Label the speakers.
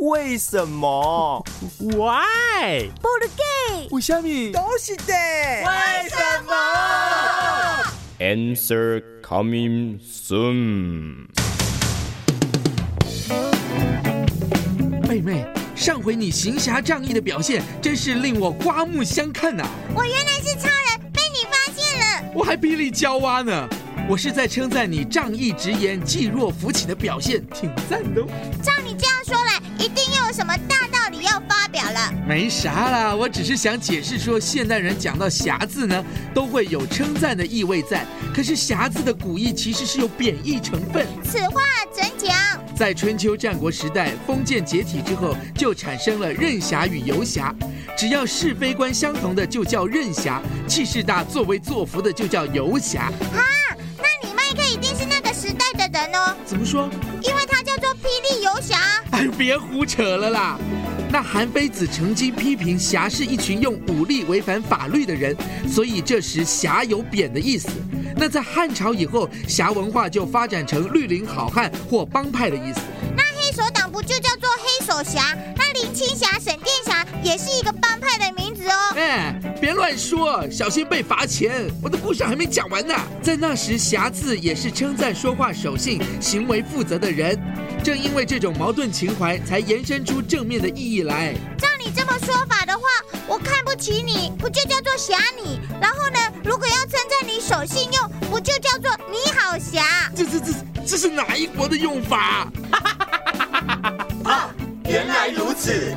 Speaker 1: 为什么？
Speaker 2: Why？
Speaker 3: 不如给
Speaker 2: 为什么？
Speaker 4: 都是的。
Speaker 1: 为什么？
Speaker 5: Answer coming soon。
Speaker 6: 妹哎妹，上回你行侠仗义的表现真是令我刮目相看呐、
Speaker 3: 我原来是超人，被你发现了。
Speaker 6: 我还比你娇娃呢。我是在称赞你仗义直言、济弱扶倾的表现，挺赞的哦。
Speaker 3: 照你这样说来，一定又有什么大道理要发表了。
Speaker 6: 没啥啦，我只是想解释说，现代人讲到“侠”字呢，都会有称赞的意味在。可是“侠”字的古意其实是有贬义成分。
Speaker 3: 此话怎讲？
Speaker 6: 在春秋战国时代，封建解体之后，就产生了任侠与游侠。只要是非观相同的，就叫任侠；气势大、作威作福的，就叫游侠。
Speaker 3: 那你麦克一定是那个时代的人哦，
Speaker 6: 怎么说？
Speaker 3: 因为他叫做霹雳游侠。
Speaker 6: 哎，别胡扯了啦！那韩非子曾经批评侠是一群用武力违反法律的人，所以这时侠有贬的意思。那在汉朝以后，侠文化就发展成绿林好汉或帮派的意思。
Speaker 3: 那黑手党不就叫做黑手侠？那林青霞、沈殿霞也是一个帮派的名字哦。
Speaker 6: 哎，别乱说，小心被罚钱！我的故事还没讲完呢。在那时，“侠”字也是称赞说话守信、行为负责的人。正因为这种矛盾情怀，才延伸出正面的意义来。
Speaker 3: 照你这么说法的话，我看不起你，不就叫做侠你？然后呢，如果要称赞你守信用，不就叫做你好侠？
Speaker 6: 这这这这是哪一国的用法？
Speaker 1: 原来如此。